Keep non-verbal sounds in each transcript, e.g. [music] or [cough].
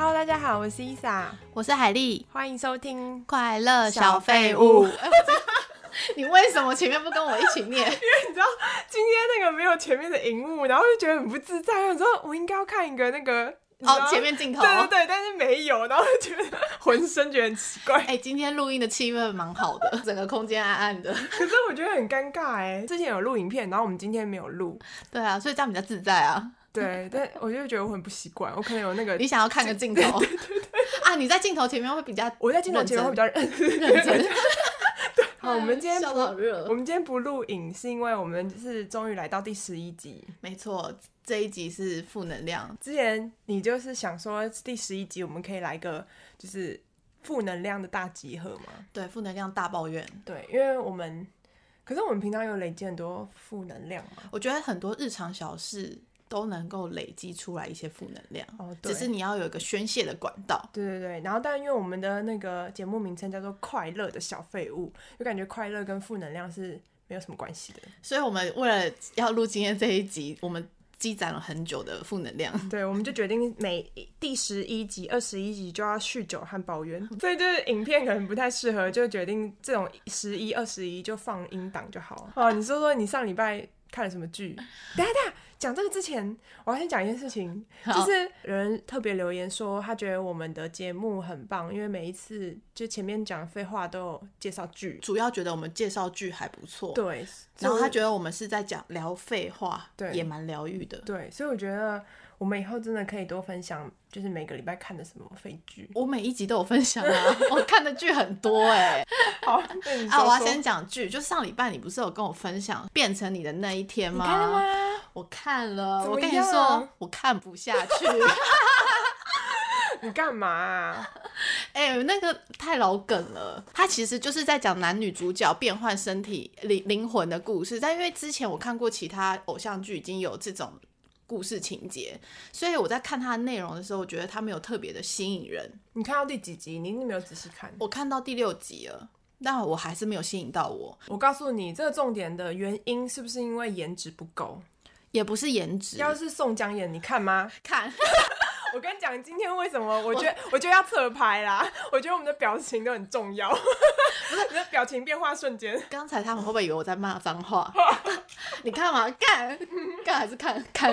我是伊莎，我是海丽，欢迎收听。呃快乐小小废废物物。 [laughs] 你为什么前面不跟我一起 [laughs] 念？哦你知道今天那个没有前面的荧幕，然后就觉得很不自在。我说我应该要看一个那个你知道哦，前面镜头。对对对，但是没有，然后就觉得浑身觉得很奇怪。哎、今天录音的气氛蛮好 [laughs] 的，整个空间暗啊暗的。可是我觉得很尴尬哎，之前有录影片，然后我们今天没有录， [laughs] 对啊，所以这样比较自在啊。 [laughs] 对，但我就觉得我很不习惯，我可能有那个你。想要看个镜头 [laughs] 啊？你在镜头前面会比较我在镜头前面会比较认认真。 [laughs] 好，我们今天哎 [laughs] 笑不得好我热。们今天不录影，是因为我们是终于来到第十一集。没错，这一集是负能量。之前你就是想说第十一集我们可以来个就是负能量的大集合嘛？对，负能量大抱怨。对，因为我们可是我们平常有累积很多负能量嘛。我觉得很多日常小事都能够累积出来一些负能量，哦，对只，是你要有一个宣泄的管道。对对对。然后，但因为我们的那个节目名称叫做《快乐的小废物》，就感觉快乐跟负能量是没有什么关系的。所以我们为了要录今天这一集，我们积攒了很久的负能 [laughs] 量。对，我们就决定每第十一集、二十一集就要酗酒和抱怨， [laughs] 所以就是影片可能不太适合，就决定这种十一、二十一就放音档就好了。哦，你说说你上礼拜看了什么剧？等一下，等一下，讲这个之前，我要先讲一件事情，就好是有人特别留言说他觉得我们的节目很棒，因为每一次就前面讲的废话都有介绍剧，主要觉得我们介绍剧还不错，对，然后所他以觉得我们是在讲聊废话，对也蛮疗愈的。对，所以我觉得我们以后真的可以多分享，就是每个礼拜看的什么废剧。我每一集都有分享 [laughs] 啊，我看的剧很多哎、好，那你说啊，我要说先讲剧，就上礼拜你不是有跟我分享《变成你的那一天》吗？看了吗？我看了，怎么我跟你样啊说，我看不下去，你干嘛、啊？哎、那个太老梗了。它其实就是在讲男女主角变换身体、灵灵魂的故事。但因为之前我看过其他偶像剧，已经有这种故事情节，所以我在看它的内容的时候，我觉得它没有特别的吸引人。你看到第几集？你一定没有仔细看。我看到第六集了，但我还是没有吸引到我，我告诉你，这个重点的原因是不是因为颜值不够？也不是颜值。要是宋江演，你看吗？看，我跟你讲，今天为什么？我觉得，我觉得要侧拍啦。我觉得我们的表情都很重要， [laughs] 你的表情变化瞬间。刚才他们会不会以为我在骂脏 [laughs] 话？你看嘛，干干还是看看？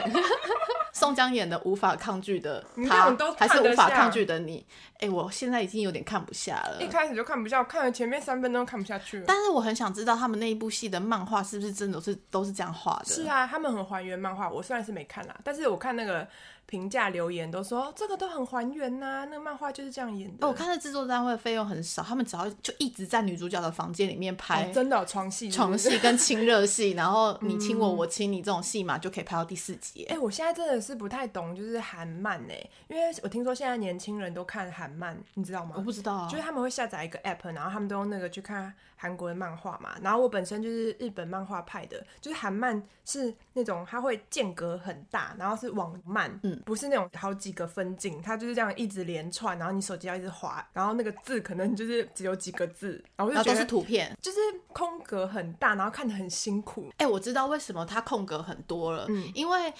[laughs] 宋江演的无法抗拒的你这他种都，还看得是无法下抗拒的你。哎、我现在已经有点看不下了一。开始就看不下，看了前面三分钟看不下去了。但是我很想知道他们那一部戏的漫画是不是真的是都是这样画的？是，啊，他们很还原漫画。我虽然是没看啦，但是我看那个评价留言都说哦这个都很还原呐、那个漫画就是这样演的。哦我看那制作单位费用很少，他们只要就一直在女主角的房间里面拍哦真的有床戏是不是，床戏跟亲热戏，然后你亲我，我亲你这种戏嘛，就可以拍到第四集 [laughs] 哎、。我现在真的是不太懂，就是韩漫哎、因为我听说现在年轻人都看韩漫，你知道吗我？不知道啊就是，他们会下载一个 app，然后他们都用那个去看韩国的漫画嘛。然后我本身就是日本漫画派的，就是韩漫是那种它会间隔很大，然后是网漫，嗯，不是那种好几个分镜，它就是这样一直连串，然后你手机要一直滑，然后那个字可能就是只有几个字，然后我然就觉后都得是图片。就是空格很大，然后看得很辛苦。哎、我知道为什么它空格很多了，嗯因为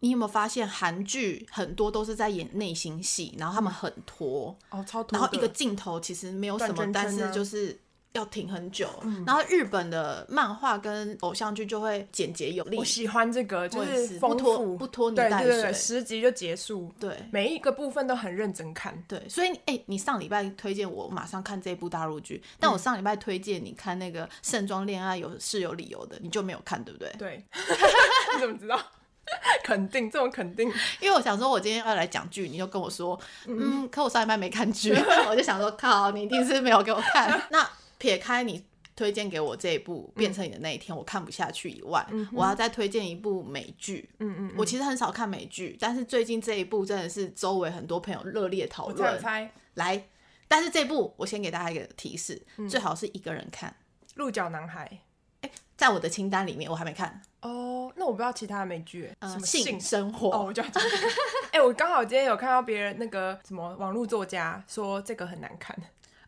你有没有发现韩剧很多都是在演内心戏，然后他们很拖，哦，超多然后的一个镜头其实没有什么，转圈圈啊嗯但是就是。要停很久，然后日本的漫画跟偶像剧就会简洁有力我，喜欢这个，就我也是丰不拖富，不拖泥对带对对水十集就结束，对每一个部分都很认真看。对，所以哎、你上礼拜推荐我马上看这部大陆剧，但嗯我上礼拜推荐你看那个《盛装恋爱有》是有理由的，你就没有看，对不对？ [laughs] 对，你怎么知道？ [laughs] 肯定，这种肯定。因为我想说，我今天要来讲剧，你就跟我说，嗯，可我上一半没看 [laughs] 剧，我就想说，靠，你一定是没有给我看。那撇开你推荐给我这一部嗯《变成你的那一天》，我看不下去以外，我要再推荐一部美剧。嗯嗯，我其实很少看美剧，但是最近这一部真的是周围很多朋友热烈讨我猜我论。猜，来，但是这部我先给大家一个提示，嗯最好是一个人看。鹿角男孩。在我的清单里面，我还没看。哦，那我不知道其他的美剧，呃什么性性。生活，哦，我就要 [laughs] 讲这个。哎、我刚好今天有看到别人那个什么网络作家说这个很难看，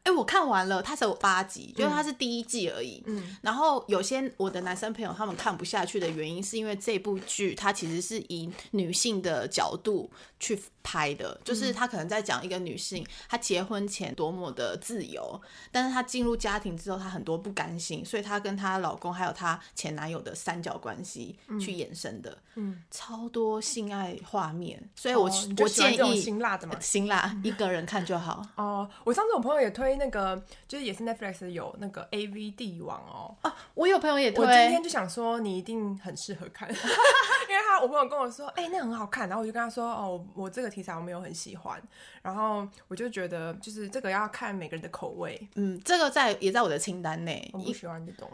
哎、我看完了，它只有八集，嗯因为它是第一季而已。嗯，然后有些我的男生朋友他们看不下去的原因，是因为这部剧它其实是以女性的角度去拍的，嗯就是他可能在讲一个女性，她结婚前多么的自由，但是她进入家庭之后，她很多不甘心，所以她跟她老公还有她前男友的三角关系去衍生的，嗯，超多性爱画面，所以我、哦你就我喜欢建这种议辛辣的嘛辛辣一个人看就好。哦，我上次我朋友也推那个，就是也是 Netflix 有那个 A V 帝王哦。哦，我有朋友也 [laughs] 推，我今天就想说你一定很适合看，因 [laughs] 为他我朋友跟我说，哎、那很好看，然后我就跟他说，哦，我这个题材我没有很喜欢，然后我就觉得就是这个要看每个人的口味，嗯，这个在也在我的清单内我，哦不一喜欢这种，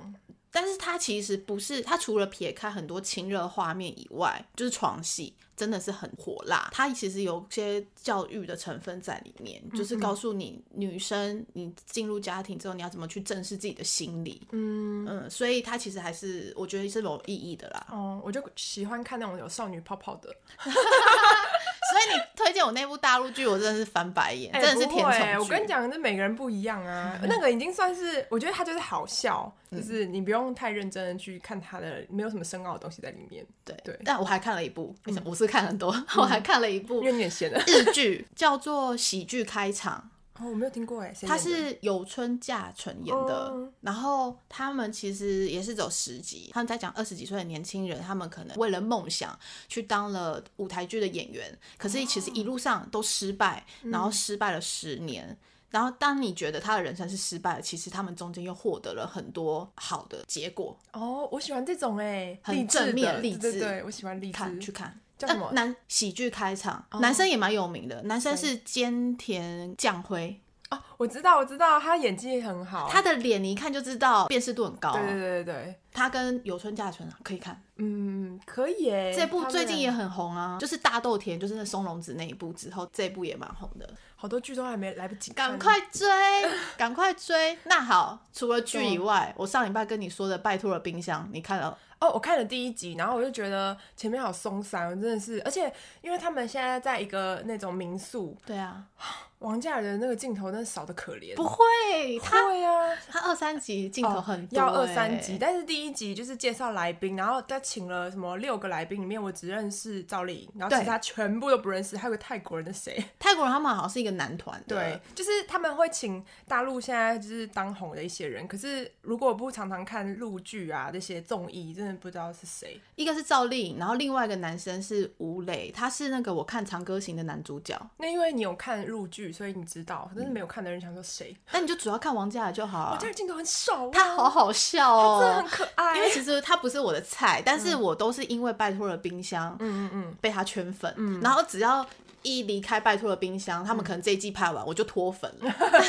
但是它其实不是，它除了撇开很多亲热画面以外，就是床戏真的是很火辣。它其实有些教育的成分在里面，嗯就是告诉你女生你进入家庭之后你要怎么去正视自己的心理。嗯，嗯，所以它其实还是我觉得是有意义的啦。哦，我就喜欢看那种有少女泡泡的，[laughs] 所以你推荐我那部大陆剧，我真的是翻白眼，哎，真的是不甜会宠欸剧。我跟你讲，这每个人不一样 [laughs] 啊。那个已经算是，我觉得他就是好笑，嗯就是你不用太认真的去看他的，没有什么深奥的东西在里面，对对但我还看了一部，我是看很多， [laughs] 我还看了一部嗯因为你很闲的。啊日剧，叫做《喜剧开场》。 [laughs] 哦，我没有听过哎，谁他演的是有村架纯演的，哦然后他们其实也是走十集，他们在讲二十几岁的年轻人，他们可能为了梦想去当了舞台剧的演员，可是其实一路上都失败，然嗯后失败了十年。然后，当你觉得他的人生是失败了，其实他们中间又获得了很多好的结果。哦，我喜欢这种哎，很励志正面的励对志对对，我喜欢励看去志。看，叫什么哦呃男喜剧开场，男生也蛮有名的，男生谁是菅田将晖，哦，我知道，我知道，他演技很好。他的脸你一看就知道辨识度很高。啊对对对对对，他跟有村架纯啊可以看，嗯，可以哎。这部他们最近也很红啊，就是大豆田，就是那松隆子那一部之后，这部也蛮红的，好多剧都还没来不及看，赶快 [laughs] 追，赶快追。那好，除了剧以啊外，我上礼拜跟你说的《拜托了冰箱》，你看了？哦，我看了第一集，然后我就觉得前面好松散，我真的是，而且因为他们现在在一个那种民宿，对啊，王嘉尔的那个镜头真的少的可怜。不会，他会啊，他二三集镜头很多、哦要二三欸集，但是第一集就是介绍来宾，然后他请了什么六个来宾，里面我只认识赵丽颖，然后对其他全部都不认识，还有个泰国人的谁？泰国人他们好像是一个男团的，对，就是他们会请大陆现在就是当红的一些人，可是如果不常常看陆剧啊这些综艺，真的不知道是谁。一个是赵丽颖，然后另外一个男生是吴磊，他是那个我看《长歌行》的男主角，那因为你有看陆剧，所以你知道，但是没有看的人想说谁？那你就主要看王嘉尔就嗯好啊我。这个镜头很少、啊，他好好笑哦，真的很可爱。因为其实它不是我的菜，但嗯是我都是因为拜托了冰箱，嗯嗯嗯，被它圈粉，嗯，然后只要一离开拜托了冰箱，他们嗯可能这一季拍完我就脱粉 [laughs] 了，但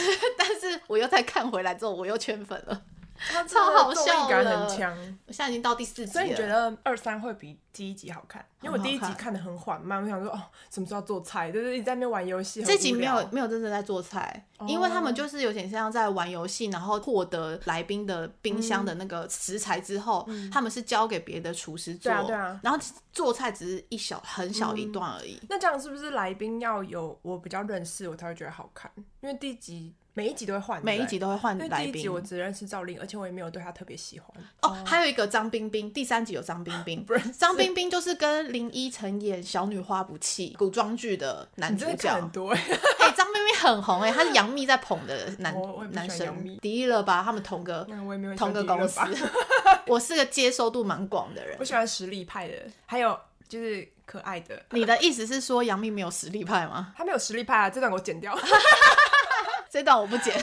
是我又再看回来之后我又圈粉了，他真的超好综笑艺感了很强。我现在已经到第四集所以你觉了。得二三会比第一集好看？因为我第一很集好看看的很缓慢，我想说哦，什么时候要做菜？就是一直在那边玩游戏，很这集无没聊哦有没有真正在做菜，因为他们就是有点像在玩游戏，然后获得来宾的冰箱嗯的那个食材之后，他们是交给别的厨师对做，啊对啊嗯然后做菜只是一小很小一段而已。那这样是不是来宾要有我比较认识，我才会觉得好看？因为第一集每一集都会换，每对一不对集都会换因为来第一宾集，我只认识赵丽颖，而且我也没有对她特别喜欢。哦，还有一个张冰冰，第三集有张冰 [laughs] 冰，张冰冰就是跟林依晨演《小女花不弃》古装剧的男你主真的看角很。多、欸， [laughs] 哎，张冰冰很红哎、她是杨幂在捧的男我我也不喜欢男杨生幂，迪丽热巴，他们同 [laughs] 个那我也没有同个公司 [laughs] 喜欢迪丽热巴。我是个接受度蛮广的人我。喜欢实力派的，还有就是可爱的。你的意思是说杨幂没有实力派吗？ [laughs] 他没有实力派啊，这段给我剪掉。 [laughs] 这段我不剪。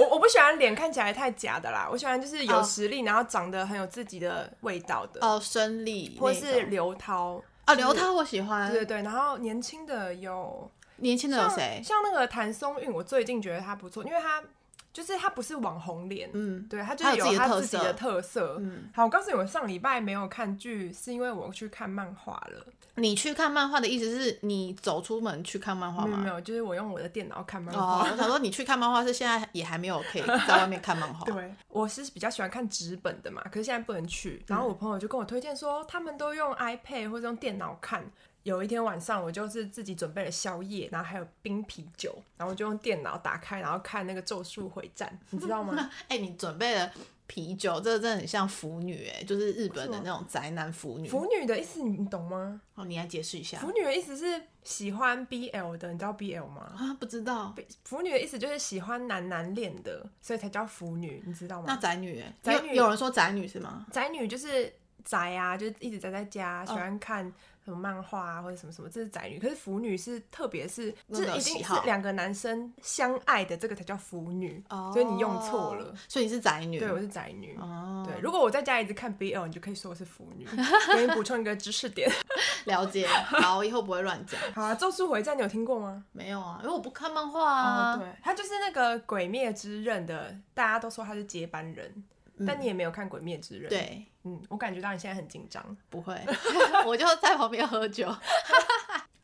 我我不喜欢脸看起来太假的啦，我喜欢就是有哦实力，然后长得很有自己的味道的，哦，孙俪或那是种，刘涛，啊刘涛我喜欢对，对对，然后年轻的有年轻的有谁？像像那个谭松韵，我最近觉得她不错，因为她。就是她不是网红脸，嗯，对，她就她是有自己的她特自己色嗯的特色。好，我告诉你，我上礼拜没有看剧，是因为我去看漫画了。你去看漫画的意思是你走出门去看漫画没有吗没？有，就是我用我的电脑看漫画。哦，我想说你去看漫画是现在也还没有可以在外面看漫 [laughs] [laughs] 画。对，嗯我是比较喜欢看纸本的嘛，可是现在不能去。然后我朋友就跟我推荐说，他们都用 iPad 或者用电脑看。有一天晚上，我就是自己准备了宵夜，然后还有冰啤酒， [laughs] 然后我就用电脑打开，然后看那个《咒术回战》，你知道吗？哎、你准备了啤酒，这真的很像腐女哎、就是日本的那种宅男腐女。腐女的意思你懂吗？哦，你来解释一下腐女的意思是喜欢 BL 的，你知道 BL 吗？啊？不知道，腐女的意思就是喜欢男男恋的，所以才叫腐女，你知道那吗？宅女哎、宅有女有人说宅女是吗？宅女就是宅啊，就是一直宅在哦家，喜欢看什么漫画啊或者什么什么，这是宅女。可是腐女是特别是，那这个一喜定是好两个男生相爱的，这个才叫腐女。哦所以你用错了，，哦所以你是宅女。对，我是宅女。哦，对，如果我在家一直看 BL，你就可以说我是腐 [laughs] 女。给你补充一个知识点。了 [laughs] 解。好，我以后不会乱讲。好啊，《咒术回战》你有听过吗？ [laughs] 没有啊，因为我不看漫画啊。哦，对，他就是那个《鬼灭之刃》的，大家都说他是接班人，但你也没有看《鬼灭之刃》。，嗯对，嗯，我感觉到你现在很紧张。不会， [laughs] 我就在旁边喝酒。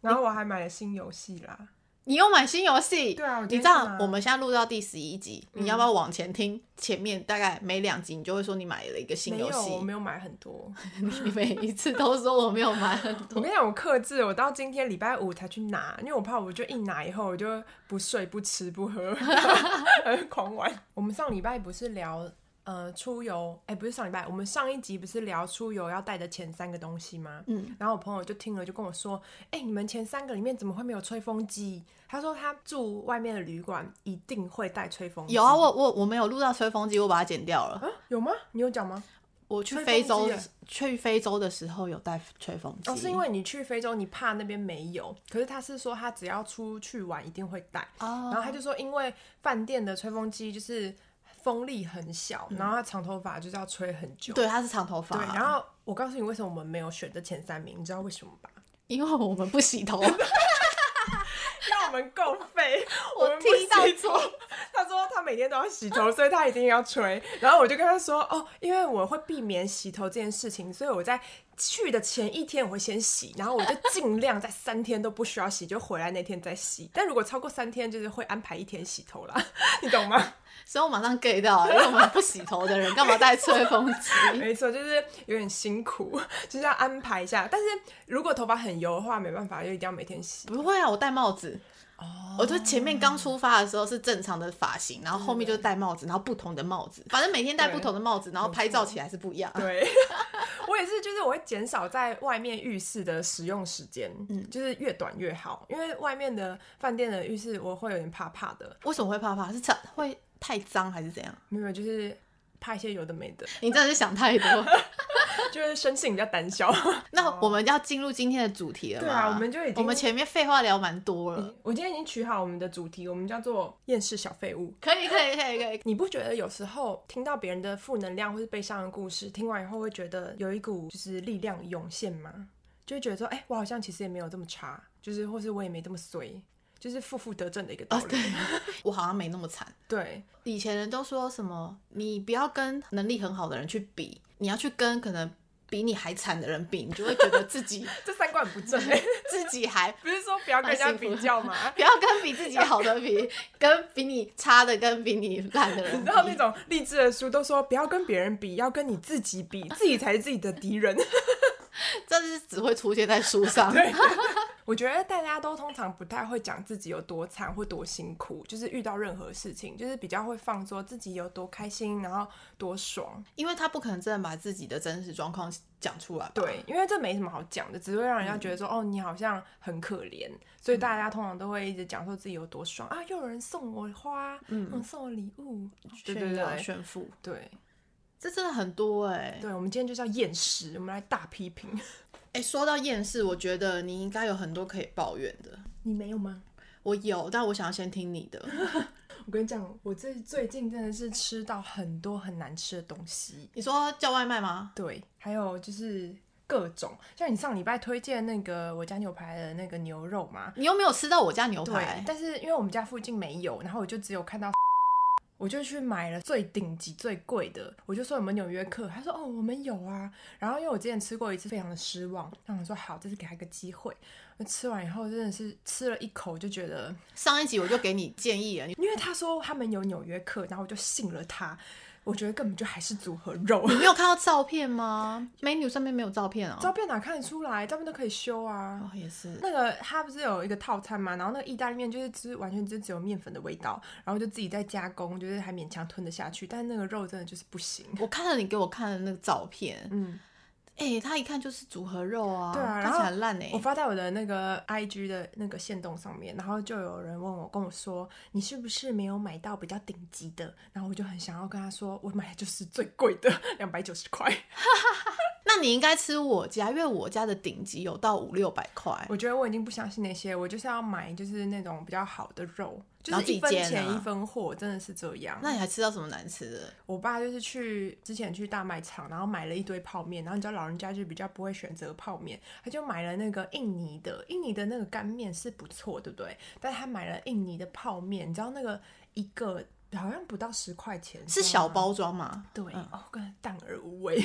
然后我还买了新游戏啦。你又买新游戏？对啊我今天你知去道嗯买我们现在录到第十一集，你要不要往前听？前面大概每两集你就会说你买了一个新没游有，戏我，没有买很多。 [laughs] 你每一次都说我没 [laughs] 有买很我多。跟你讲，我克制，我到今天礼拜五才去拿，因为我怕我就一拿以后我就不睡、不吃、不喝， [laughs] 狂玩。我们上礼拜不是聊呃出游，哎、不是上礼拜，我们上一集不是聊出游要带的前三个东西吗？嗯，然后我朋友就听了就跟我说，哎、你们前三个里面怎么会没有吹风机？他说他住外面的旅馆一定会带吹风机。有啊，我我我没有录到吹风机，我把它剪掉了。啊有吗？你有讲吗？我去吹非风洲机耶，啊去非洲的时候有带吹风机。哦，是因为你去非洲，你怕那边没有，可是他是说他只要出去玩一定会带。哦然后他就说，因为饭店的吹风机就是风力很小，然后他长头发就是要吹很久。嗯对，他是长头发，对，然后我告诉你为什么我们没有选这前三名，你知道为什么吧？因为我们不洗头， [laughs] [laughs] 那我们够废，我们不踢到洗头。 [laughs] 他说他每天都要洗头，所以他一定要吹。然后我就跟他说，哦，因为我会避免洗头这件事情，所以我在去的前一天我会先洗，然后我就尽量在三天都不需要洗，就回来那天再洗。但如果超过三天，就是会安排一天洗头啦， [laughs] 你懂吗？所以我马上 get 到，因为我们不洗头的人干嘛带吹风机？没错，就是有点辛苦，就是要安排一下。但是如果头发很油的话，没办法，就一定要每天洗。不会啊，我戴帽子。哦我就前面刚出发的时候是正常的发型，然后后面就戴帽子，然后不同的帽子，反正每天戴不同的帽子，然后拍照起来是不一样。对， [laughs] 我也是，就是我会减少在外面浴室的使用时间，嗯，就是越短越好，因为外面的饭店的浴室我会有点怕怕的，为什么会怕怕？是长会太脏还 [laughs] 是怎样？没有，就是怕一些有的没的，你真的是想太多。哦就是生性比较胆小。那我们要进入今天的主题了吗？对啊我们就已经嗯我们前面废话聊蛮多了。我今天已经取好我们的主题，我们叫做厌世小废物。可以可以可以可以，你不觉得有时候听到别人的负能量或是悲伤的故事，听完以后会觉得有一股就是力量涌现吗？就会觉得说，哎、我好像其实也没有这么差，就是或是我也没这么衰，就是负负得正的一个 [laughs] 哦道理。我好像没那么惨。对以前人都说什么，你不要跟能力很好的人去比，你要去跟可能比你还惨的人比，你就会觉得自己这三观很不正、欸， [laughs] [laughs] 自己还不是说不要跟人家比较吗？ [laughs] 不要跟比自己好的比， [laughs] 跟比你差的、跟比你烂的人你比知。道那种励志的书都说不要跟别人比，要跟你自己比，自己才是自己的敌人。 [laughs] 这是只会出现在书上。我觉得大家都通常不太会讲自己有多惨或多辛苦，就是遇到任何事情，就是比较会放说自己有多开心，然后多爽。因为他不可能真的把自己的真实状况讲出来吧。对，因为这没什么好讲的，只会让人家觉得说，哦，你好像很可怜，所以大家通常都会一直讲说自己有多爽啊，又有人送我花，嗯，送我礼物，对对炫耀对炫富，对这真的很多哎、对，我们今天就是要厌食，我们来大批评。哎、说到厌世，我觉得你应该有很多可以抱怨的。 [laughs] 你没有吗？我有，但我想要先听你的， [laughs] 我跟你讲，我最最近真的是吃到很多很难吃的东西，你说叫外卖吗？对，还有就是各种，像你上礼拜推荐那个我家牛排的那个牛肉嘛，你又没有吃到我家牛对排，，但是因为我们家附近没有，然后我就只有看到， [laughs] 我就去买了最顶级、最贵的。我就说有没有纽约客，他说哦我们有啊。然后因为我之前吃过一次，非常的失望，那我说好，这次给他一个机会。那吃完以后真的是吃了一口就觉得，上一集我就给你建议了，你因为他说他们有纽约客，然后我就信了他。我觉得根本就还是组合肉。你没有看到照片吗？美女上面没有照片啊、照片哪看得出来？照片都可以修啊。哦，也是，那个它不是有一个套餐嘛，然后那个意大利面就是只完全就只有面粉的味道，然后就自己在加工，就是还勉强吞得下去，但那个肉真的就是不行。我看了你给我看的那个照片，嗯，哎、他一看就是组合肉啊，对啊然看后起来很烂哎、我发在我的那个 IG 的那个线动上面，然后就有人问我跟我说，你是不是没有买到比较顶级的？然后我就很想要跟他说，我买的就是最贵的，两百九十块。那你应该吃我家，因为我家的顶级有到五六百块，我觉得我已经不相信那些，我就是要买就是那种比较好的肉，就然后是自己一分煎钱啊一分货，真的是这样。那你还吃到什么难吃的？我爸就是去之前去大卖场，然后买了一堆泡面，然后你知道老人家就比较不会选择泡面，他就买了那个印尼的，印尼的那个干面是不错，对不对？但是他买了印尼的泡面，你知道那个一个好像不到十块钱，是知道小吗，包嗯装吗？对，哦，跟淡而无味，，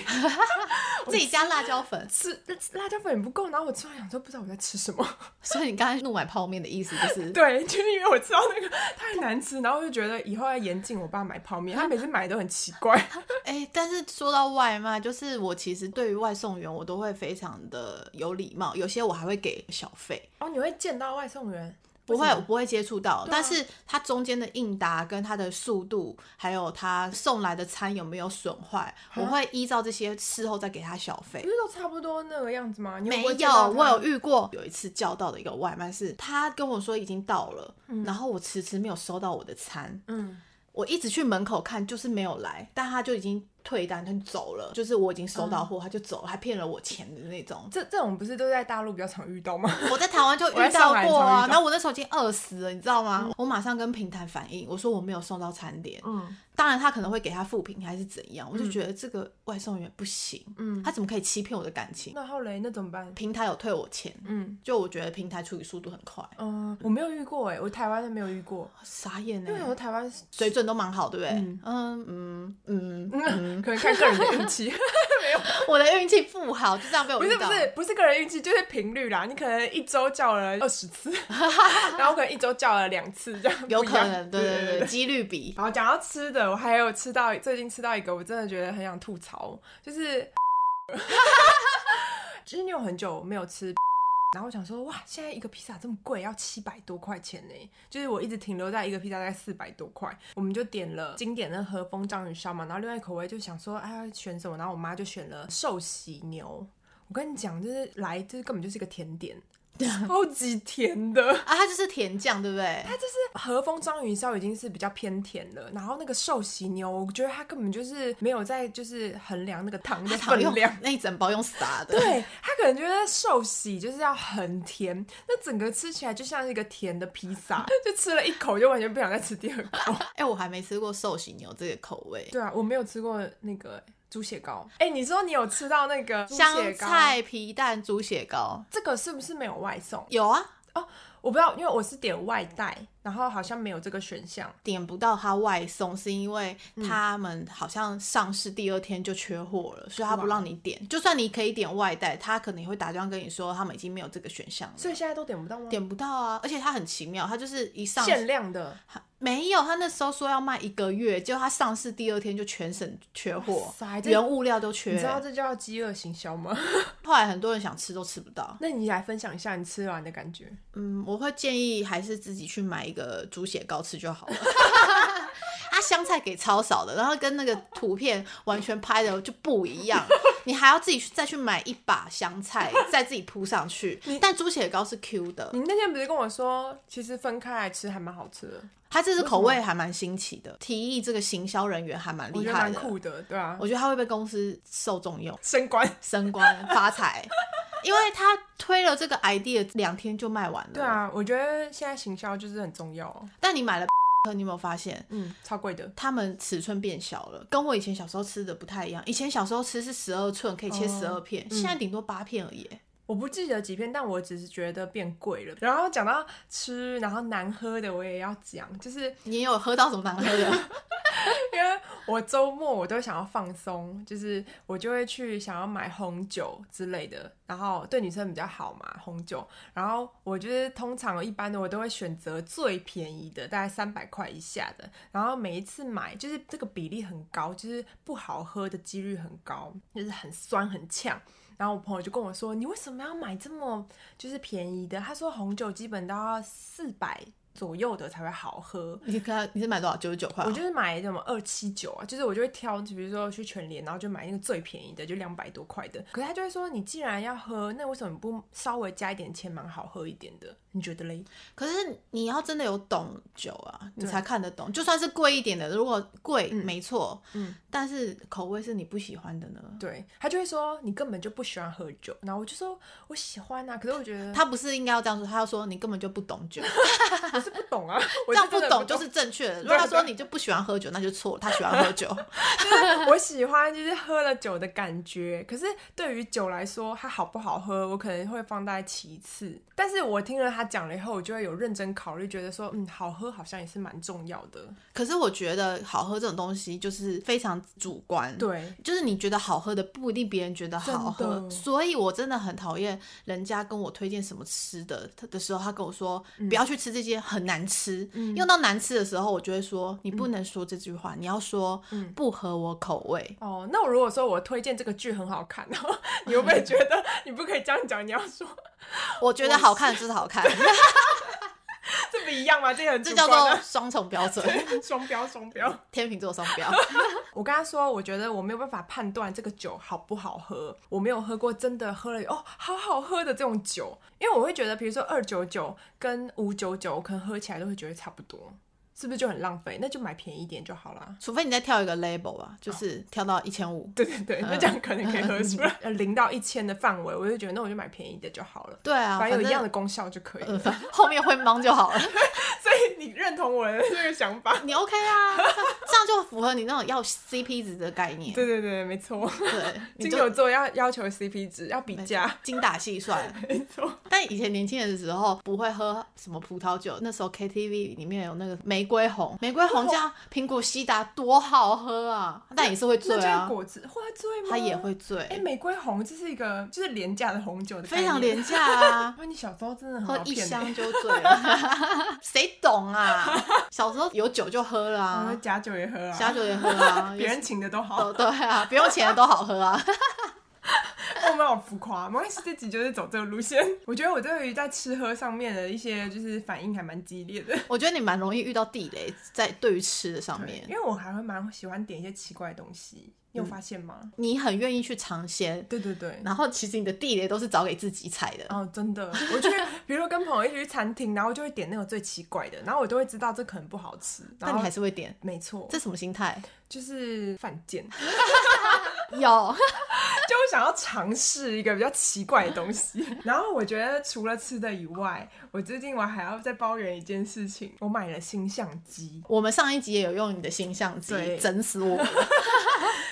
自己加辣椒粉吃辣椒粉也不够，然后我吃完想说不知道我在吃什么，所以你刚才怒买泡面的意思就是对，就是因为我知道那个太难吃，然后就觉得以后要严禁我爸买泡面，他每次买都很奇怪，哎、但是说到外卖，就是我其实对于外送员，我都会非常的有礼貌，有些我还会给小费， [laughs] 哦，你会见到外送员。不会，为什我么不会接触到，对啊但是他中间的应答跟他的速度，还有他送来的餐有没有损坏，我会依照这些事后再给他小费不。是都差不多那个样子吗？你没不会见有，到我他有遇过有一次叫到的一个外卖是，他跟我说已经到了，然后我迟迟没有收到我的餐，嗯，。我一直去门口看，就是没有来，但他就已经退单，他就走了，就是我已经收到货，他就走了，还骗了我钱的那种这这种不是都在大陆比较常遇到吗？我在台湾就我遇在上到海过常遇啊，到然后我那时候已经饿死了，你知道吗？我马上跟平台反映，我说我没有送到餐点，嗯当然他可能会给他负评还是怎样，我就觉得这个外送员不行，嗯，他怎么可以欺骗我的感情？ [laughs] 那后来那怎么办？平台有退我钱，嗯就我觉得平台处理速度很快，啊嗯、我没有遇过哎、我台湾的没有遇过，傻眼呢、欸因为啊我台湾水准都蛮好，对不对？嗯嗯嗯嗯，嗯，[laughs] 可能看个人的运气，我的运气不好，就这样被 [laughs] 我不遇是不到。是不是个人运气，就是频率啦。你可能一周叫了二十 [laughs] 次，然后可能一周叫了两次这样，有不一可样能，对对对对，对。几率比。然后讲到吃的，我还有吃到最近吃到一个，我真的觉得很想吐槽，就是，就是你有很久没有吃， [laughs] 然后我想说，哇，现在一个披萨这么贵，要七百多块钱呢，就是我一直停留在一个披萨大概四百多块，我们就点了经典的和风章鱼烧嘛，然后另外一口味就想说，哎、啊，选什么？然后我妈就选了寿喜牛。我跟你讲，就是来，这根本就是一个甜点，超级甜的。啊，它就是甜酱，对不对？它就是和风章鱼烧已经是比较偏甜了，然后那个寿喜牛，我觉得它根本就是没有在就是衡量那个糖的它常分用 [laughs] 量。那一整包用撒的，对他可能觉得寿喜就是要很甜，那整个吃起来就像是一个甜的披 [laughs] 萨，就吃了一口就完全不想再吃第二口。哎，我还没吃过寿喜牛这个口味，对啊，我没有吃过那个猪血糕。哎、你说你有吃到那个猪血香糕？菜皮蛋猪血糕这个是不是没有外送？有啊，我不知道，因为我是点外带，然后好像没有这个选项。点不到它外送是因为嗯他们好像上市第二天就缺货了，所以他不哇让你点。就算你可以点外带，他可能也会打电话跟你说他们已经没有这个选项了，所以现在都点不到吗？点不到啊。而且它很奇妙，它就是一上限量的。没有，他那时候说要卖一个月，结果他上市第二天就全省缺哇货塞，这原物料都缺你知。道这叫饥饿行销吗？ [laughs] 后来很多人想吃都吃不到。那你来分享一下你吃完的感觉。嗯，我会建议还是自己去买一个猪血糕吃就好了。 [laughs] 它香菜给超少的，然后跟那个图片完全拍的就不一样，你还要自己去再去买一把香菜， [laughs] 再自己铺上去。但猪血糕是 Q 的，你那天不是跟我说，其实分开来吃还蛮好吃的，它这次口味还蛮新奇的，提议这个行销人员还蛮我厉觉得害蛮的。酷的，对啊，我嗯觉得他会被公司受重用。升官。升官发财，因为他推了这个 idea 两天就卖完了。对，啊，我觉得现在行销就是很重要、哦。但你买了 [laughs] 你有没有发现？嗯，超贵的。他们尺寸变小了，跟我以前小时候吃的不太一样。以前小时候吃是十二寸，可以切哦十二片，现在顶多八片而已。我不记得几片，但我只是觉得变贵了。然后讲到吃，然后难喝的我也要讲，就是 [laughs] 你有喝到什么难喝的？因为我周末我都想要放松，就是我就会去想要买红酒之类的，然后对女生比较好嘛，红酒。然后我就是通常一般的我都会选择最便宜的，大概三百块以下的。然后每一次买就是这个比例很高，就是不好喝的几率很高，就是很酸很呛。然后我朋友就跟我说：“你为什么要买这么就是便宜的？”他说红酒基本都要四百左右的才会好喝。你跟他你是买多少？九十九块哦？我就是买什么二七九啊，就是我就会挑，比如说去全联，然后就买那个最便宜的，就两百多块的。可是他就会说，你既然要喝，那为什么不稍微加一点钱，蛮好喝一点的？你觉得嘞？可是你要真的有懂酒啊，你才看得懂。就算是贵一点的，如果贵、没错，嗯，但是口味是你不喜欢的呢？对他就会说，你根本就不喜欢喝酒。然后我就说我喜欢啊，可是我觉得他不是应该要这样说，他要说你根本就不懂酒，我是不懂 [laughs] 啊， [laughs] 我这是样真的懂懂就是正确的。如果他说你就不喜欢喝酒，那就错了，他喜欢喝 [laughs] 酒。我喜欢就是喝了酒的感觉，可是对于酒来说，它好不好喝，我可能会放在其次。但是我听了他讲了以后，我就会有认真考虑，觉得说，嗯，好喝好像也是蛮重要的。可是我觉得好喝这种东西就是非常主观，对，就是你觉得好喝的不一定别人觉得好真喝，的所以我真的很讨厌人家跟我推荐什么吃的他的时候，他跟我说、嗯不要去吃这些很难吃，用到难吃的时候，我就会说你不能说这句话，你要说、嗯不合我口味。哦，那我如果说我推荐这个剧很好看，然后 [laughs] 你会不会觉得你不可以这样讲？你要说我觉得好看就是好看，这不一样吗？这个很这主叫观做啊双重标准， [laughs] 双标，双标。天秤座双标。 [laughs] 我跟他说，我觉得我没有办法判断这个酒好不好喝，我没有喝过真的喝了哦，好好喝的这种酒，因为我会觉得，比如说二九九跟五九九，我可能喝起来都会觉得差不多，是不是就很浪费？那就买便宜一点就好啦。 [laughs] 除非你再跳一个 label 吧，就是跳到一千五。对对对，那这样可能可以喝出来，呃 [laughs] 零到一千的范围，我就觉得那我就买便宜的就好了，对啊，反反正正有一样的功效就可以了。呃后面会忙就好了。 [laughs] 所以你认同我的这个想 [laughs] 法？你 OK 啊，这样这样就符合你那种要 CP 值的概念。对对对，没 [laughs] 错。对，你金就牛座要要求 CP 值，要比价， [laughs] 精打细算。没错。但以前年轻人的时候不会喝什么葡萄酒，那时候 KTV 里面有那个玫瑰红，玫瑰红加苹果西达多好喝啊！但也是会醉那就是啊，果汁会醉吗？他也会哎、醉，玫瑰红这是一个就是廉价的红酒的，非常。廉价啊。哇，你小时候真的很喝好一骗箱欸就醉了， [laughs] 谁懂啊？小时候有酒就喝啦、啊，假酒也喝啊，假酒也喝啊， [laughs] 别人请的都好，哦对啊，不用钱的都好喝啊。 [laughs] 我们好浮夸，没关系，这集就是走这个路线。 [laughs] 我觉得我对于在吃喝上面的一些就是反应还蛮激烈的，我觉得你蛮容易遇到地雷，在对于嗯吃的上对面因，为我还会蛮喜欢点一些奇怪的东西，你有发现吗？你很愿意去尝鲜，对对对。然后其实你的地雷都是找给自己踩的。哦，真的，我去，比如说跟朋友一起去餐厅，然后就会点那个最奇怪的，然后我都会知道这可能不好吃。那然你后还是会点，没错，这什么心态？就是犯贱。有，就想要尝试一个比较奇怪的东西。 [laughs] 然后我觉得除了吃的以外，我最近我还要再抱怨一件事情，我买了新相机， [laughs] 我们上一集也有用你的星象机对整死我们。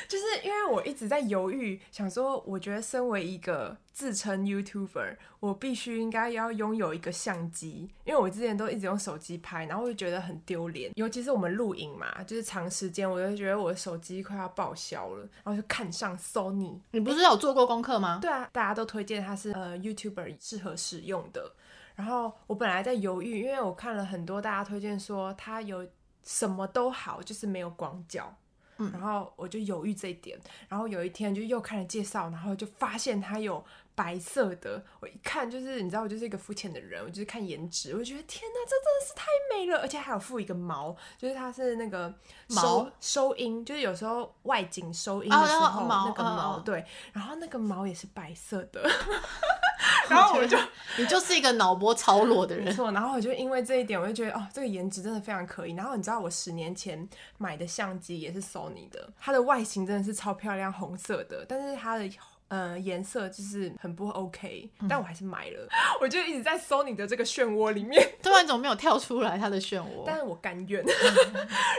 就是因为我一直在犹豫，想说我觉得身为一个自称 YouTuber，我必须应该要拥有一个相机，因为我之前都一直用手机拍，然后我就觉得很丢脸，尤其是我们录影嘛，就是长时间，我就觉得我的手机快要报销了，然后就看上 Sony，你不是有做过功课吗？对啊，大家都推荐它是呃 YouTuber 适合使用的。然后我本来在犹豫，因为我看了很多大家推荐说它有什么都好，就是没有广角。嗯然后我就犹豫这一点。然后有一天就又看了介绍，然后就发现它有白色的。我一看就是，你知道我就是一个肤浅的人，我就是看颜值，我觉得天哪，这真的是太美了，而且还有附一个毛，就是它是那个毛收收音，就是有时候外景收音哦的时然后候、毛那个嗯嗯毛，嗯对，然后那个毛也是白色的，然后我就 [laughs] 你就是一个脑波超裸的 [laughs] 没人，错，然后我就因为这一点，我就觉得哦，这个颜值真的非常可以。然后你知道我十年前买的相机也是 Sony 的，它的外形真的是超漂亮，红色的，但是它的。呃，颜色就是很不 OK，但嗯我还是买了。我就一直在 Sony 的这个漩涡里面，突然怎么没有跳出来他的漩涡但？是我甘 [laughs] 愿。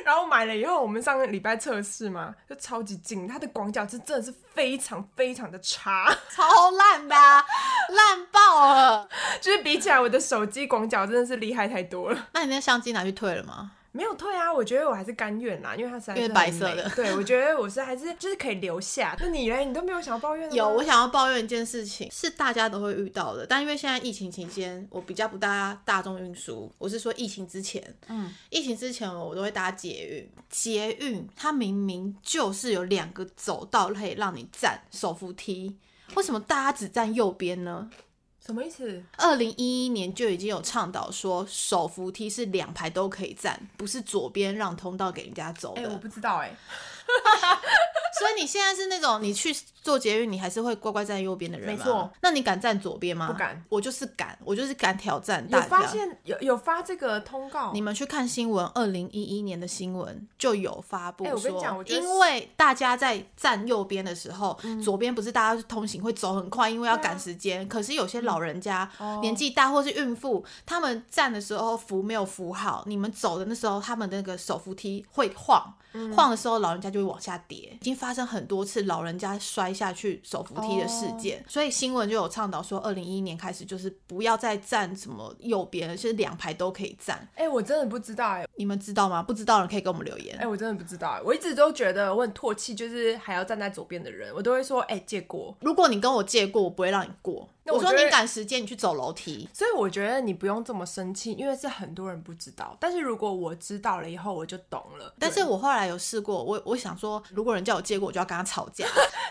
然后买了以后，我们上个礼拜测试嘛，就超级近，它的广角是真的是非常非常的差。超烂的啊、烂爆了。就是比起来，我的手机广角真的是厉害太多了。 [laughs] 那你那相机拿去退了吗？没有退啊，我觉得我还是甘愿啦，因为它实在是因为很白色美的 [laughs] 对，我觉得我是还是就是可以留下。那你嘞，你都没有想要抱怨的吗有，我想要抱怨一件事情，是大家都会遇到的，但因为现在疫情期间，我比较不搭大众运输。我是说疫情之前，嗯，疫情之前哦我都会搭捷运。捷运它明明就是有两个走道可以让你站手扶梯，为什么大家只站右边呢？什么意思？二零一一年就已经有倡导说，手扶梯是两排都可以站，不是左边让通道给人家走哎、的。我不知道哎、所以你现在是那种你去做捷运，你还是会乖乖站右边的人吗？没错。那你敢站左边吗？不敢。我就是敢，我就是敢挑战有啊大发家。现哦有有发这个通告，你们去看新闻，二零一一年的新闻就有发布哎我跟你说，讲我觉得嗯因为大家在站右边的时候，左边不是大家通行会走很快，因为要对啊赶时间。可是有些老人家、哦年纪大或是孕妇，他们站的时候扶没有扶好，你们走的那时候，他们的那个手扶梯会晃，嗯晃的时候老人家就会往下跌，已经发生很多次老人家摔下去手扶梯的事哦件，所以新闻就有倡导说，二零一一年开始就是不要再站什么右边了，就是两排都可以站。哎、我真的不知道哎、你们知道吗？不知道的人可以给我们留言。哎、我真的不知道哎、我一直都觉得我很唾弃，就是还要站在左边的人，我都会说哎、借过。如果你跟我借过，我不会让你过。那我我说就会你赶时间，你去走楼梯。所以我觉得你不用这么生气，因为是很多人不知道。但是如果我知道了以后，我就懂了。但是我后来有试过，我我想说，如果人叫我借过，我就要跟他吵架。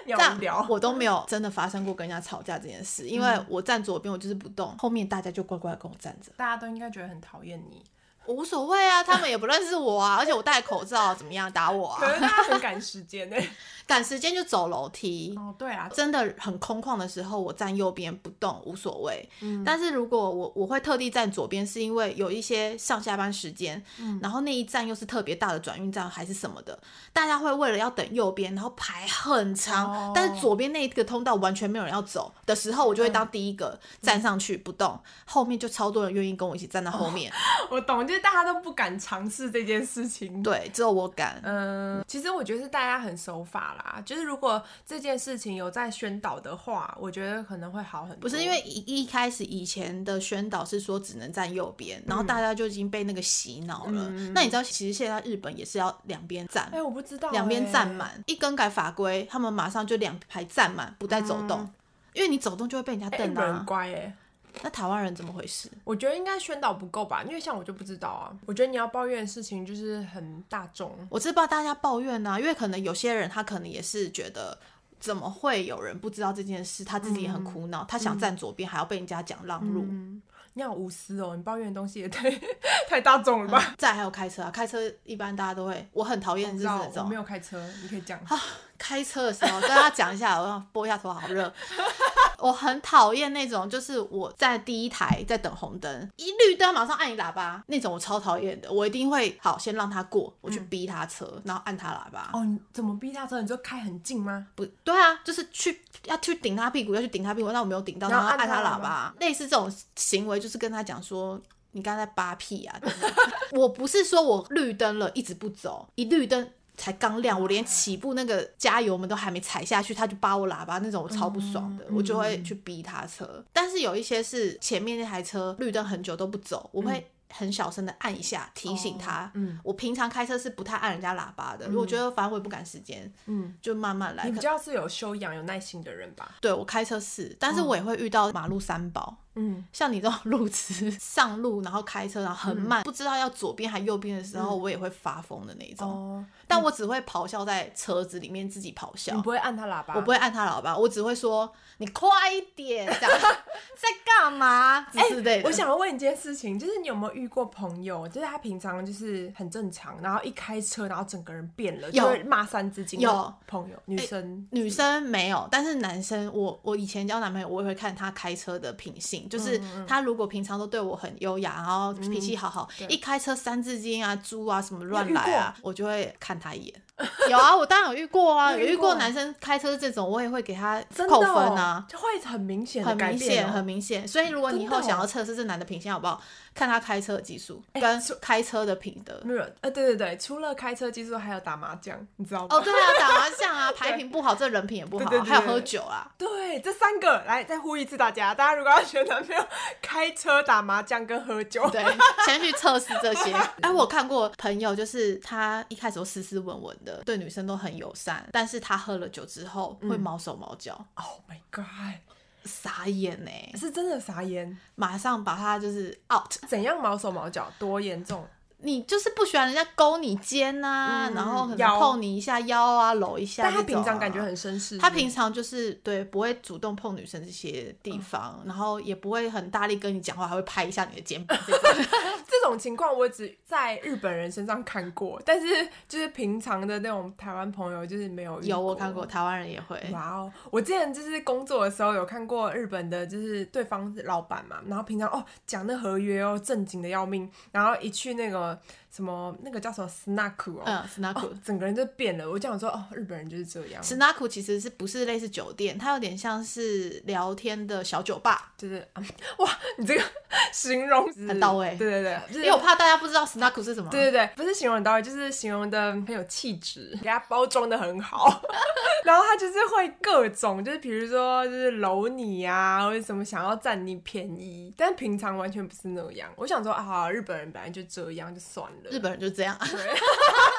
你这好无样聊，我都没有真的发生过跟人家吵架这件事，因为我站左边，我就是不动，后面大家就乖乖地跟我站着，大家都应该觉得很讨厌你，我无所谓啊，他们也不认识我啊，而且我戴口罩，怎么样打我可啊？是大家很赶时间呢、 [laughs] 赶时间就走楼梯。哦，对啊，真的很空旷的时候，我站右边不动无所谓。但是如果我我会特地站左边，是因为有一些上下班时间，然后那一站又是特别大的转运站还是什么的，大家会为了要等右边，然后排很长，哦但是左边那一个通道完全没有人要走的时候，我就会当第一个站上去不动，后面就超多人愿意跟我一起站在后面，我懂，就是大家都不敢尝试这件事情。对，只有我敢。嗯，其实我觉得是大家很守法啦，就是如果这件事情有在宣导的话，我觉得可能会好很多。不是因为一一开始以前的宣导是说只能站右边，嗯然后大家就已经被那个洗脑了。那你知道，其实现在日本也是要两边站哎、，我欸不知道、两边站，满。一更改法规，他们马上就两排站满，不带走动，因为你走动就会被人家哎、日瞪本嗯人啊。乖哎、那台湾人怎么回事？我觉得应该宣导不够吧，因为像我就不知道啊。我觉得你要抱怨的事情就是很大众，我知道大家抱怨啊，因为可能有些人他可能也是觉得。怎么会有人不知道这件事？他自己也嗯很苦恼，他想站左边，还要被人家讲让路。你好无私哦，你抱怨的东西也太 [laughs] 太大众了吧？再还有开车啊，开车一般大家都会，我很讨厌你知就是道那我种啊没有开车，你可以讲。开车的时候，跟大家讲一下，我要拨一下头，好热。 [laughs] 我很讨厌那种，就是我在第一台在等红灯，一绿灯马上按你喇叭那种，我超讨厌的。我一定会好先让他过，我去逼他车，然后按他喇叭。哦，你怎么逼他车？你就开很近吗？不对啊，就是去要去顶他屁股，要去顶他屁股，那我没有顶到，然然后后按按他他喇叭喇叭，类似这种行为，就是跟他讲说。你刚才在扒屁啊！等 [laughs] 等我不是说我绿灯了，一直不走，一绿灯才刚亮，我连起步那个加油门都还没踩下去，他就扒我喇叭，那种我超不爽的，我就会去逼他车。但是有一些是前面那台车绿灯很久都不走，我会很小声的按一下提醒他。嗯我平常开车是不太按人家喇叭的，因为我觉得反正我也不赶时间，嗯，就慢慢来。你可比较是有修养、有耐心的人吧？对我开车是，但是我也会遇到马路三宝，嗯，像你这种路痴上路，然后开车然后很慢，不知道要左边还右边的时候，我也会发疯的那一种。嗯哦，但我只会咆哮在车子里面自己咆哮你，不会按他喇叭？我不会按他喇叭，我只会说你快一点，这样 [laughs] 在干嘛之之类哎的。我想要问一件事情，就是你有没有遇过朋友，就是他平常就是很正常，然后一开车，然后整个人变了，就有会骂三字经。有朋友，女生，女生没有，但是男生，我我以前交男朋友，我也会看他开车的品嗯性，就是他如果平常都对我很优雅，然嗯后脾气好好，一开车三字经啊、猪啊什么乱来啊，我就会看他一眼，有啊，我 [laughs] 当然有遇过啊，有你有遇遇过过男生开车这种，我也会给他真的扣哦分啊。就会很明显的很改明变显，哦、很明显。所以如果你以真后的哦想要测试这男的品相好不好，看他开车的技术哎跟所开车的品德。没有呃，对对对，除了开车技术，还有打麻将，你知道吗？哦，对啊，打麻 [laughs] 将啊，牌品不好，这人品也不好对对啊，对还有喝酒啊。对，这三个来再呼一次大家，大家如果要选男朋友，开车、打麻将跟喝酒， [laughs] 对，先去测试这 [laughs] 些。哎，我看过朋友，就是他一开始都斯斯文文的，对女生都很友善，但是他喝了酒之后会嗯毛手毛脚， ，Oh my god，傻眼呢、欸是真的傻眼，马上把他就是 out。怎样毛手毛脚，多严重？你就是不喜欢人家勾你肩呐、嗯然后可能腰碰你一下腰啊，搂一下、啊但他平常感觉。很绅士，他平常就是对不会主动碰女生这些地嗯方，然后也不会很大力跟你讲话，还会拍一下你的肩膀这种。 [laughs] 这种情况我只在日本人身上看过，但是就是平常的那种台湾朋友就是没有遇有我看过，。台湾人也会。哇哦！我之前就是工作的时候有看过日本的，就是对方是老板嘛，然后平常哦讲那合约哦正经的要命，然后一去那个什么那个叫什么 snack 哦，嗯，snack 哦整个人就变了。我就想说哦，日本人就是这样， snack 其实是不是类似酒店？它有点像是聊天的小酒吧，就是、 [laughs] 嗯哇，你这个形容词很到位对对对，就是因为我怕大家不知道 snack 是什么。对对对，不是形容很到位，就是形容的很有气质， [laughs] 给他包装的很好。 [laughs] 然后他就是会各种，就是比如说就是搂你啊，或者什么想要占你便宜，但平常完全不是那样。我想说啊，好日本人本来就这样，就算了日，本人就这样。 [laughs]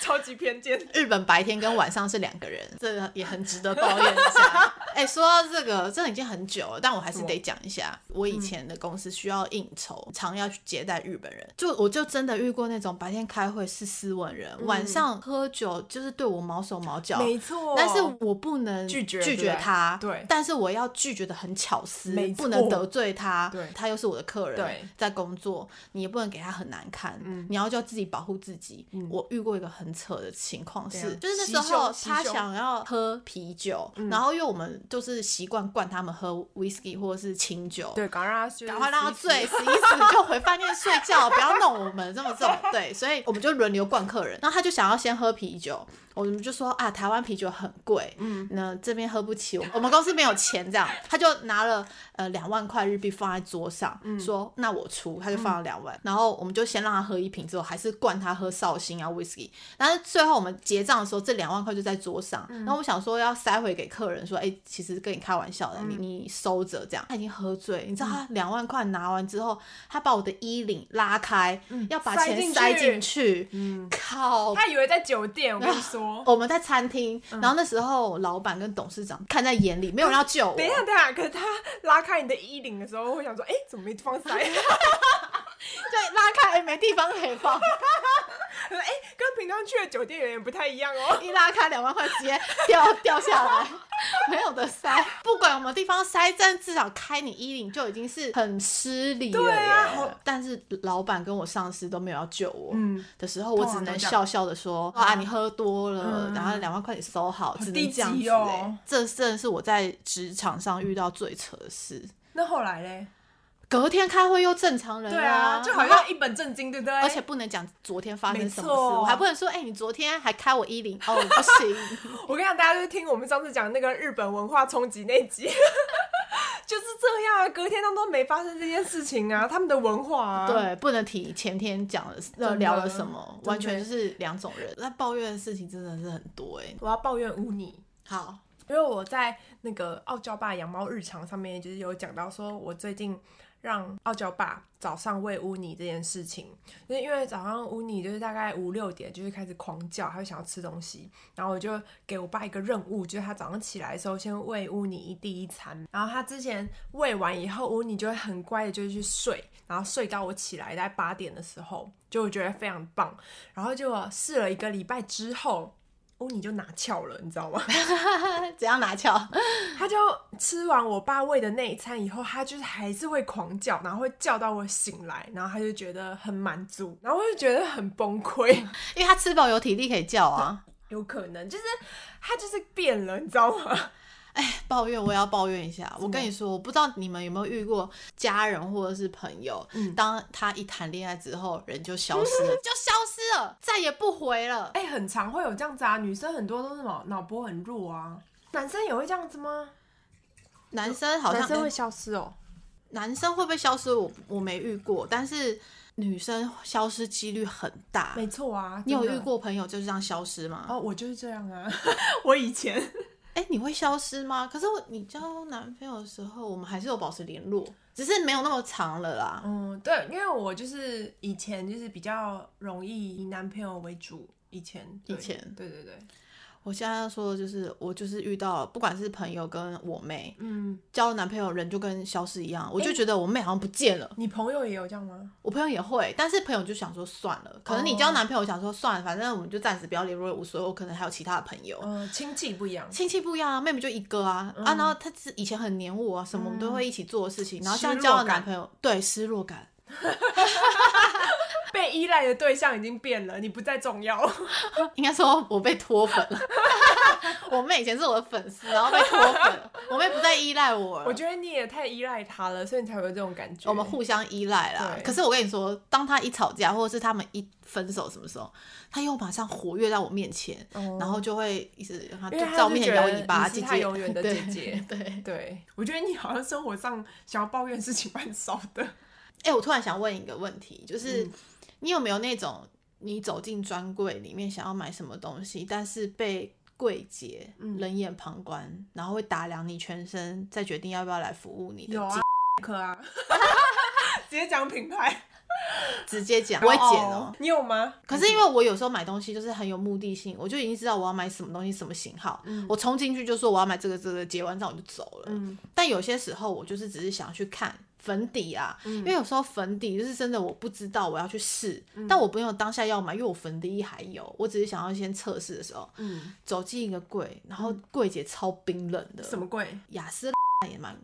超级偏见。日本白天跟晚上是两个人，这个也很值得抱怨一 [laughs] 下。哎、说到这个，真的已经很久了，但我还是得讲一下。嗯我以前的公司需要应酬，常要去接待日本人，就我就真的遇过那种白天开会是斯文人，晚上喝酒就是对我毛手毛脚。嗯没错，但是我不能拒绝拒对不绝对他，对但是我要拒绝的很巧思没，不能错得罪他，对他又是我的客人，对嗯在工作，你也不能给他很难堪，你要叫自己保护自己。我遇过一个很扯的情况怎是，样就是那嗯啊袭时候胸嗯袭他胸想要喝啤酒，然后因为我们就是习惯灌他们喝 whisky 或者是清酒，对，赶快让他就是赶快让他死一死醉，死一死就回饭店睡觉，不要弄我们这么重。对，所以我们就轮流灌客人。然后他就想要先喝啤酒，我们就说啊，台湾啤酒很贵，嗯，那这边喝不起，我我们公司没有钱，这样他就拿了呃两万块日币放在桌上，嗯说那我出，他就放了两万。然后我们就先让他喝一瓶，之后还是灌他喝绍兴啊 whisky。但是最后我们结账的时候，这两万块就在桌上。嗯然后我想说要塞回给客人，说，哎、其实跟你开玩笑的，你嗯你收着这样。他已经喝醉，你知道他两万块拿完之后，他把我的衣领拉开，要把嗯塞钱进塞去进去。嗯，靠！他以为在酒店，我跟你 [laughs] 说。我们在餐厅，嗯然后那时候老板跟董事长看在眼里，没有人要救我。等一下，等一下，可是他拉开你的衣领的时候，我会想说，哎、怎么没地方塞？ [laughs] 对，拉开哎没地方可以放，哎、跟平常去的酒店有点不太一样哦。一拉开两万块直接掉掉下来，没有的塞。不管有没有地方塞，但至少开你衣领就已经是很失礼了耶。对啊好但是老板跟我上司都没有要救我。嗯，的时候，我通只常都能这样笑笑的说：“啊，你喝多了，嗯然后两万块你收好，只能这样低子、级欸。哦这真的是我在职场上遇到最扯的事。那后来嘞？隔天开会又正常人对啊啊，就好像一本正经，对不对？而且不能讲昨天发生什么没错事，我还不能说，哎、你昨天还开我衣领，哦，不行，我跟你讲，大家就是听我们上次讲那个日本文化冲击那一集， [laughs] 就是这样啊。隔天他们都没发生这件事情啊，他们的文化啊，，对，不能提前天讲了真的聊了什么，真的完全就是两种人。那抱怨的事情真的是很多哎、我要抱怨污泥。好，因为我在那个傲娇爸养猫日常上面，就是有讲到说，我最近让傲娇爸早上喂乌尼这件事情，就是因为早上乌尼就是大概五六点就是开始狂叫，他就想要吃东西，然后我就给我爸一个任务，就是他早上起来的时候先喂乌尼第一餐，然后他之前喂完以后，乌尼就会很乖的就去睡，然后睡到我起来大概八点的时候，就我觉得非常棒，然后结果试了一个礼拜之后，乌尼就拿翘了，你知道吗？怎样拿翘？ [laughs] 他就吃完我爸喂的那一餐以后，他就是还是会狂叫，然后会叫到我醒来，然后他就觉得很满足，然后我就觉得很崩 [laughs] 溃。因为他吃饱有体力可以叫啊。有可能就是他就是变了，你知道吗？ [laughs] 哎，抱怨我也要抱怨一下。我跟你说，我不知道你们有没有遇过家人或者是朋友，当他一谈恋爱之后，人就消失嗯 [laughs] 了，就消失了，再也不回了。哎、很常会有这样子啊，女生很多都是脑脑波很弱啊，男生也会这样子吗？男生好像男生会消失哦，男生会不会消失我？我没遇过，但是女生消失几率很大。没错啊，嗯你有真的遇？过朋友就是这样消失吗？哦，我就是这样啊， [laughs] 我以前哎、你会消失吗？可是我你交男朋友的时候，我们还是有保持联络，只是没有那么长了啦。嗯，对，因为我就是以前就是比较容易以男朋友为主，以前对以前对对对，我现在要说的就是，我就是遇到了，不管是朋友跟我妹嗯，交男朋友，人就跟消失一样，我就觉得我妹好像不见了。你朋友也有这样吗？我朋友也会，但是朋友就想说算了，可能你哦交男朋友想说算了，反正我们就暂时不要联络也无所谓，我可能还有其他的朋友。呃，亲戚不一样，亲戚不一样啊，妹妹就一个啊、啊，然后她是以前很黏我啊，什么我们都会一起做的事情，然后现在交了男朋友，对失落感，被依赖的对象已经变了，你不再重 [laughs] 要。应该说我被脱粉了。 [laughs] 我妹以前是我的粉丝，然后被脱粉了，我妹不再依赖我了。我觉得你也太依赖他了，所以你才会有这种感觉。我们互相依赖啦对。可是我跟你说，当他一吵架，或者是他们一分手，什么时候，他又马上活跃在我面前，哦然后就会一直让他因为他在我就面前觉摇得尾巴，你是姐他姐永远的姐姐对。对对，我觉得你好像生活上想要抱怨的事情蛮少的。哎、我突然想问一个问题，就是、嗯你有没有那种你走进专柜里面想要买什么东西，但是被柜姐嗯冷眼旁观，然后会打量你全身，再决定要不要来服务你的有经，啊，可啊， [laughs] 直接讲品牌，直接讲，不啊会剪哦。你有吗？可是因为我有时候买东西就是很有目的性，我就已经知道我要买什么东西、什么型号，我冲进去就说我要买这个这个，结完账我就走了。嗯但有些时候我就是只是想去看粉底啊，嗯因为有时候粉底就是真的我不知道我要去试，嗯但我不用当下要买，因为我粉底还有，我只是想要先测试的时候嗯，走进一个柜，然后柜姐超冰冷的， [laughs] 什么贵？雅诗也蛮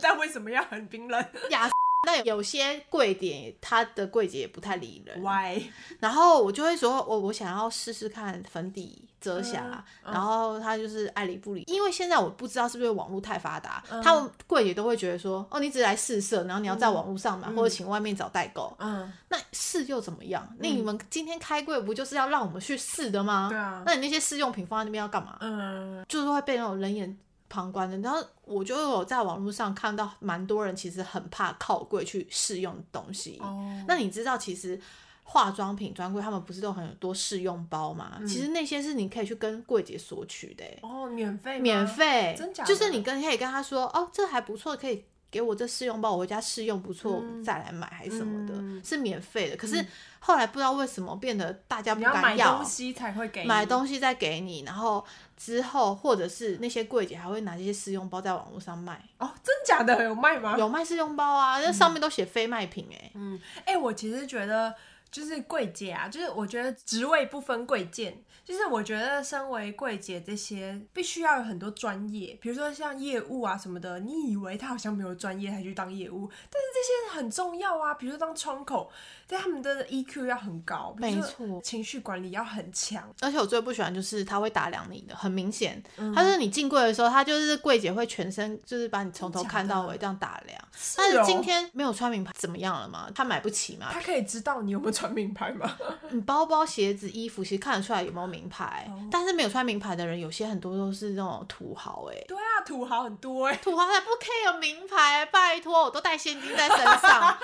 但为什么要很冰冷雅诗，但有些柜点它的柜姐也不太理人， ？Why？然后我就会说，我我想要试试看粉底遮瑕，嗯嗯然后他就是爱理不理，因为现在我不知道是不是网络太发达，嗯他们柜姐都会觉得说，哦，你只是来试色，然后你要在网络上买，或者请外面找代购，嗯，那试又怎么样？那你们今天开柜不就是要让我们去试的吗？对啊那你那些试用品放在那边要干嘛？嗯，就是会被那种冷眼旁观的。然后我就有在网络上看到蛮多人其实很怕靠柜去试用东西。哦，那你知道其实化妆品专柜他们不是都很多试用包吗？其实那些是你可以去跟柜姐索取的、欸哦，免费吗，免费，真假的就是你跟可以跟他说，哦，这还不错，可以。给我这试用包，我回家试用不错，嗯再来买还是什么的，嗯是免费的。可是后来不知道为什么变得大家不你要敢买要东西才会给你买东西再给你，然后之后或者是那些柜姐还会拿这些试用包在网络上卖，哦，真假的有卖吗？有卖试用包啊，那上面都写非卖品哎、欸嗯，哎、我其实觉得就是柜姐啊，就是我觉得职位不分贵贱，就是我觉得身为柜姐这些，必须要有很多专业，比如说像业务啊什么的，你以为他好像没有专业才去当业务，但是这些很重要啊，比如说当窗口，但他们的 EQ 要很高，比如没说错情绪管理要很强，而且我最不喜欢就是他会打量你的，很明显，嗯他就是你进柜的时候，他就是柜姐会全身就是把你从头看到尾这样打量。但是哦今天没有穿名牌怎么样了吗？他买不起吗？他可以知道你有没有穿名牌吗？ [laughs] 你包包、鞋子、衣服其实看得出来有没有名牌，但是没有穿名牌的人，有些很多都是那种土豪哎、对啊，土豪很多哎、土豪才不 care 名牌，拜托，我都带现金在身上，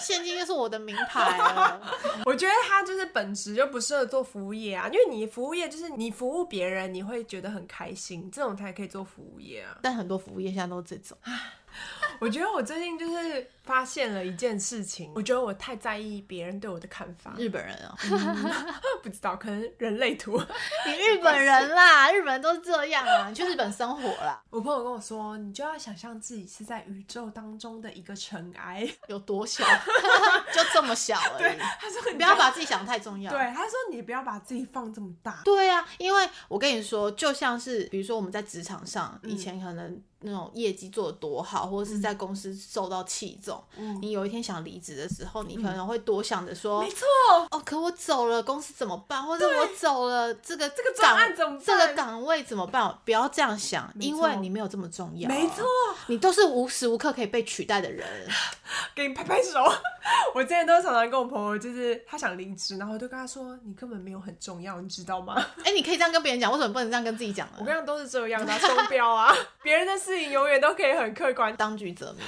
现金就是我的名牌了。 [laughs] 我觉得他就是本质就不适合做服务业啊，因为你服务业就是你服务别人，你会觉得很开心，这种才可以做服务业啊。但很多服务业现在都这种，我觉得我最近就是发现了一件事情，我觉得我太在意别人对我的看 [laughs] 法，日本人啊、不知道可能人类图。你日本人啦，日本人都是这样啊，你去日本生活啦，我朋友跟我说，你就要想象自己是在宇宙当中的一个尘埃。 [laughs] 有多小， [laughs] 就这么小而已。他说你不要把自己想得太重要。对，他说你不要把自己放这么大。嗯对啊，因为我跟你说，就像是比如说我们在职场上，以前可能那种业绩做得多好，或者是在公司受到器重，嗯你有一天想离职的时候，你可能会多想着说，没错，哦，可我走了，公司怎么办？或者我走了，这个这这个专案怎么这办个岗位怎么办？不要这样想，没错因为你没有这么重要。啊没错，你都是无时无刻可以被取代 [laughs] 的人。给你拍拍手。 [laughs] 我之前都常常跟我朋友，就是他想离职，然后我就跟他说：“你根本没有很重要，你知道 [laughs] 吗？”哎、你可以这样跟别人讲，为什么不能这样跟自己讲我呢？跟你讲都是这样的啊，双标啊， [laughs] 别人的事情永远都可以很客观。当 [laughs] 局者迷。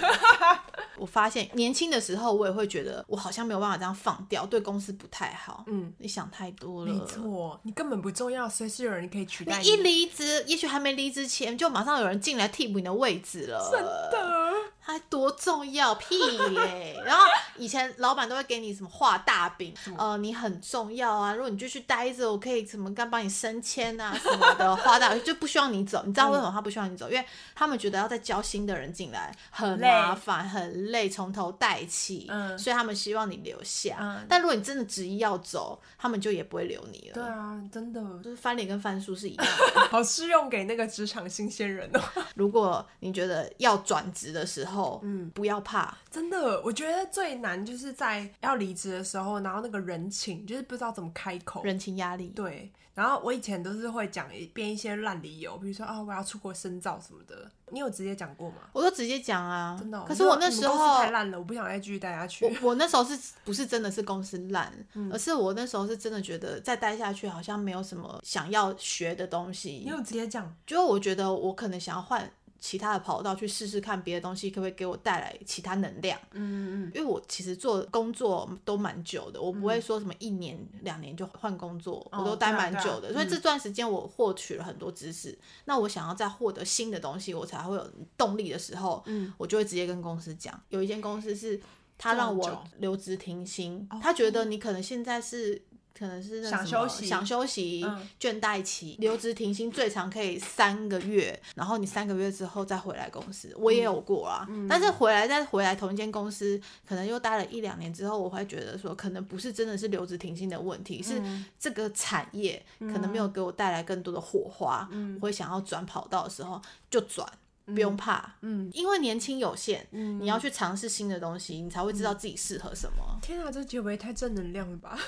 我发现年轻的时候，我也会觉得我好像没有办法这样放掉，对公司不太好。嗯，你想太多了。没错，你根本不重要，随时有人可以取代你一离职，也许还没离职前，就马上有人进来替补你的位置了。真的，的还多重要屁嘞！然后以前老板都会给你什么画大饼，呃，你很重要啊，如果你继续待着，我可以什么干帮你升迁啊什么的，画大饼就不希望你走。你嗯知道为什么他不希望你走？因为他们觉得要再教新的人进来很累麻烦、很累，从头带起，嗯所以他们希望你留下。嗯但如果你真的执意要走，他们就也不会留你了。对啊，真的就是翻脸跟翻书是一样的。好适用给那个职场新鲜人哦。如果你觉得要转职的时候，嗯，不要怕， [laughs] 真的，我觉得最难就是在要离职的时候，然后那个人情就是不知道怎么开口。人情压力。对，然后我以前都是会讲一编一些烂理由，比如说啊、我要出国深造什么的。你有直接讲过吗？我都直接讲啊，真的哦、可是我那你时说你们候公司，太烂了，我不想再继续待下去嗯我。我那时候是不是真的是公司烂，而是我那时候是真的觉得再待下去好像没有什么想要学的东你西有，直接讲？就我觉得我可能想要换其他的跑道去试试看别的东西，可不可以给我带来其他能量？嗯嗯因为我其实做工作都蛮久的，我不会说什么一年两年就换工作，哦我都待蛮久对啊对啊的，所以这段时间我获取了很多知识。那我想要再获得新的东西，我才会有动力的时候，嗯我就会直接跟公司讲。有一间公司是他让这么久哦我留职停薪，他觉得你可能现在是。可能是那想什休么息想休息、嗯倦怠期、留职停薪，最长可以三个月，然后你三个月之后再回来公司，嗯我也有过啊。但是回来再回来同一间公司，可能又待了一两年之后，我会觉得说，可能不是真的是留职停薪的问题，是嗯这个产业可能没有给我带来更多的火花，我会想要转跑道的时候就转。不用怕，嗯嗯，因为年轻有限，你要去尝试新的东西，你才会知嗯道自己适合什么。天啊，这结尾太正能量了 [laughs] 吧？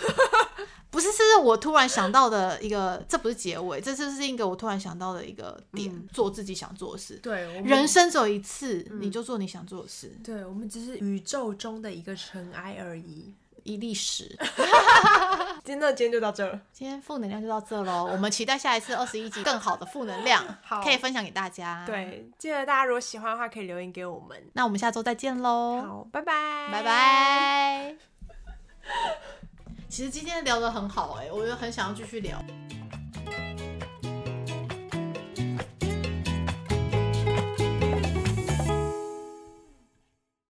不是，是我突然想到的一个，这不是结尾，这就是一个我突然想到的一个点，做自己想做的事。嗯对，我们人生只有一次，你就做你想做的事，对我们只是宇宙中的一个尘埃而已。一粒石。今天的今天就到这了，今天负能量就到这喽，我们期待下一次二十一集更好的负能量， [laughs] 好可以分享给大家。，对，记得大家如果喜欢的话，可以留言给我们。那我们下周再见喽，好，拜拜，哦拜。 [laughs] 欸拜。其实今天聊得很好哎、我就很想要继续聊。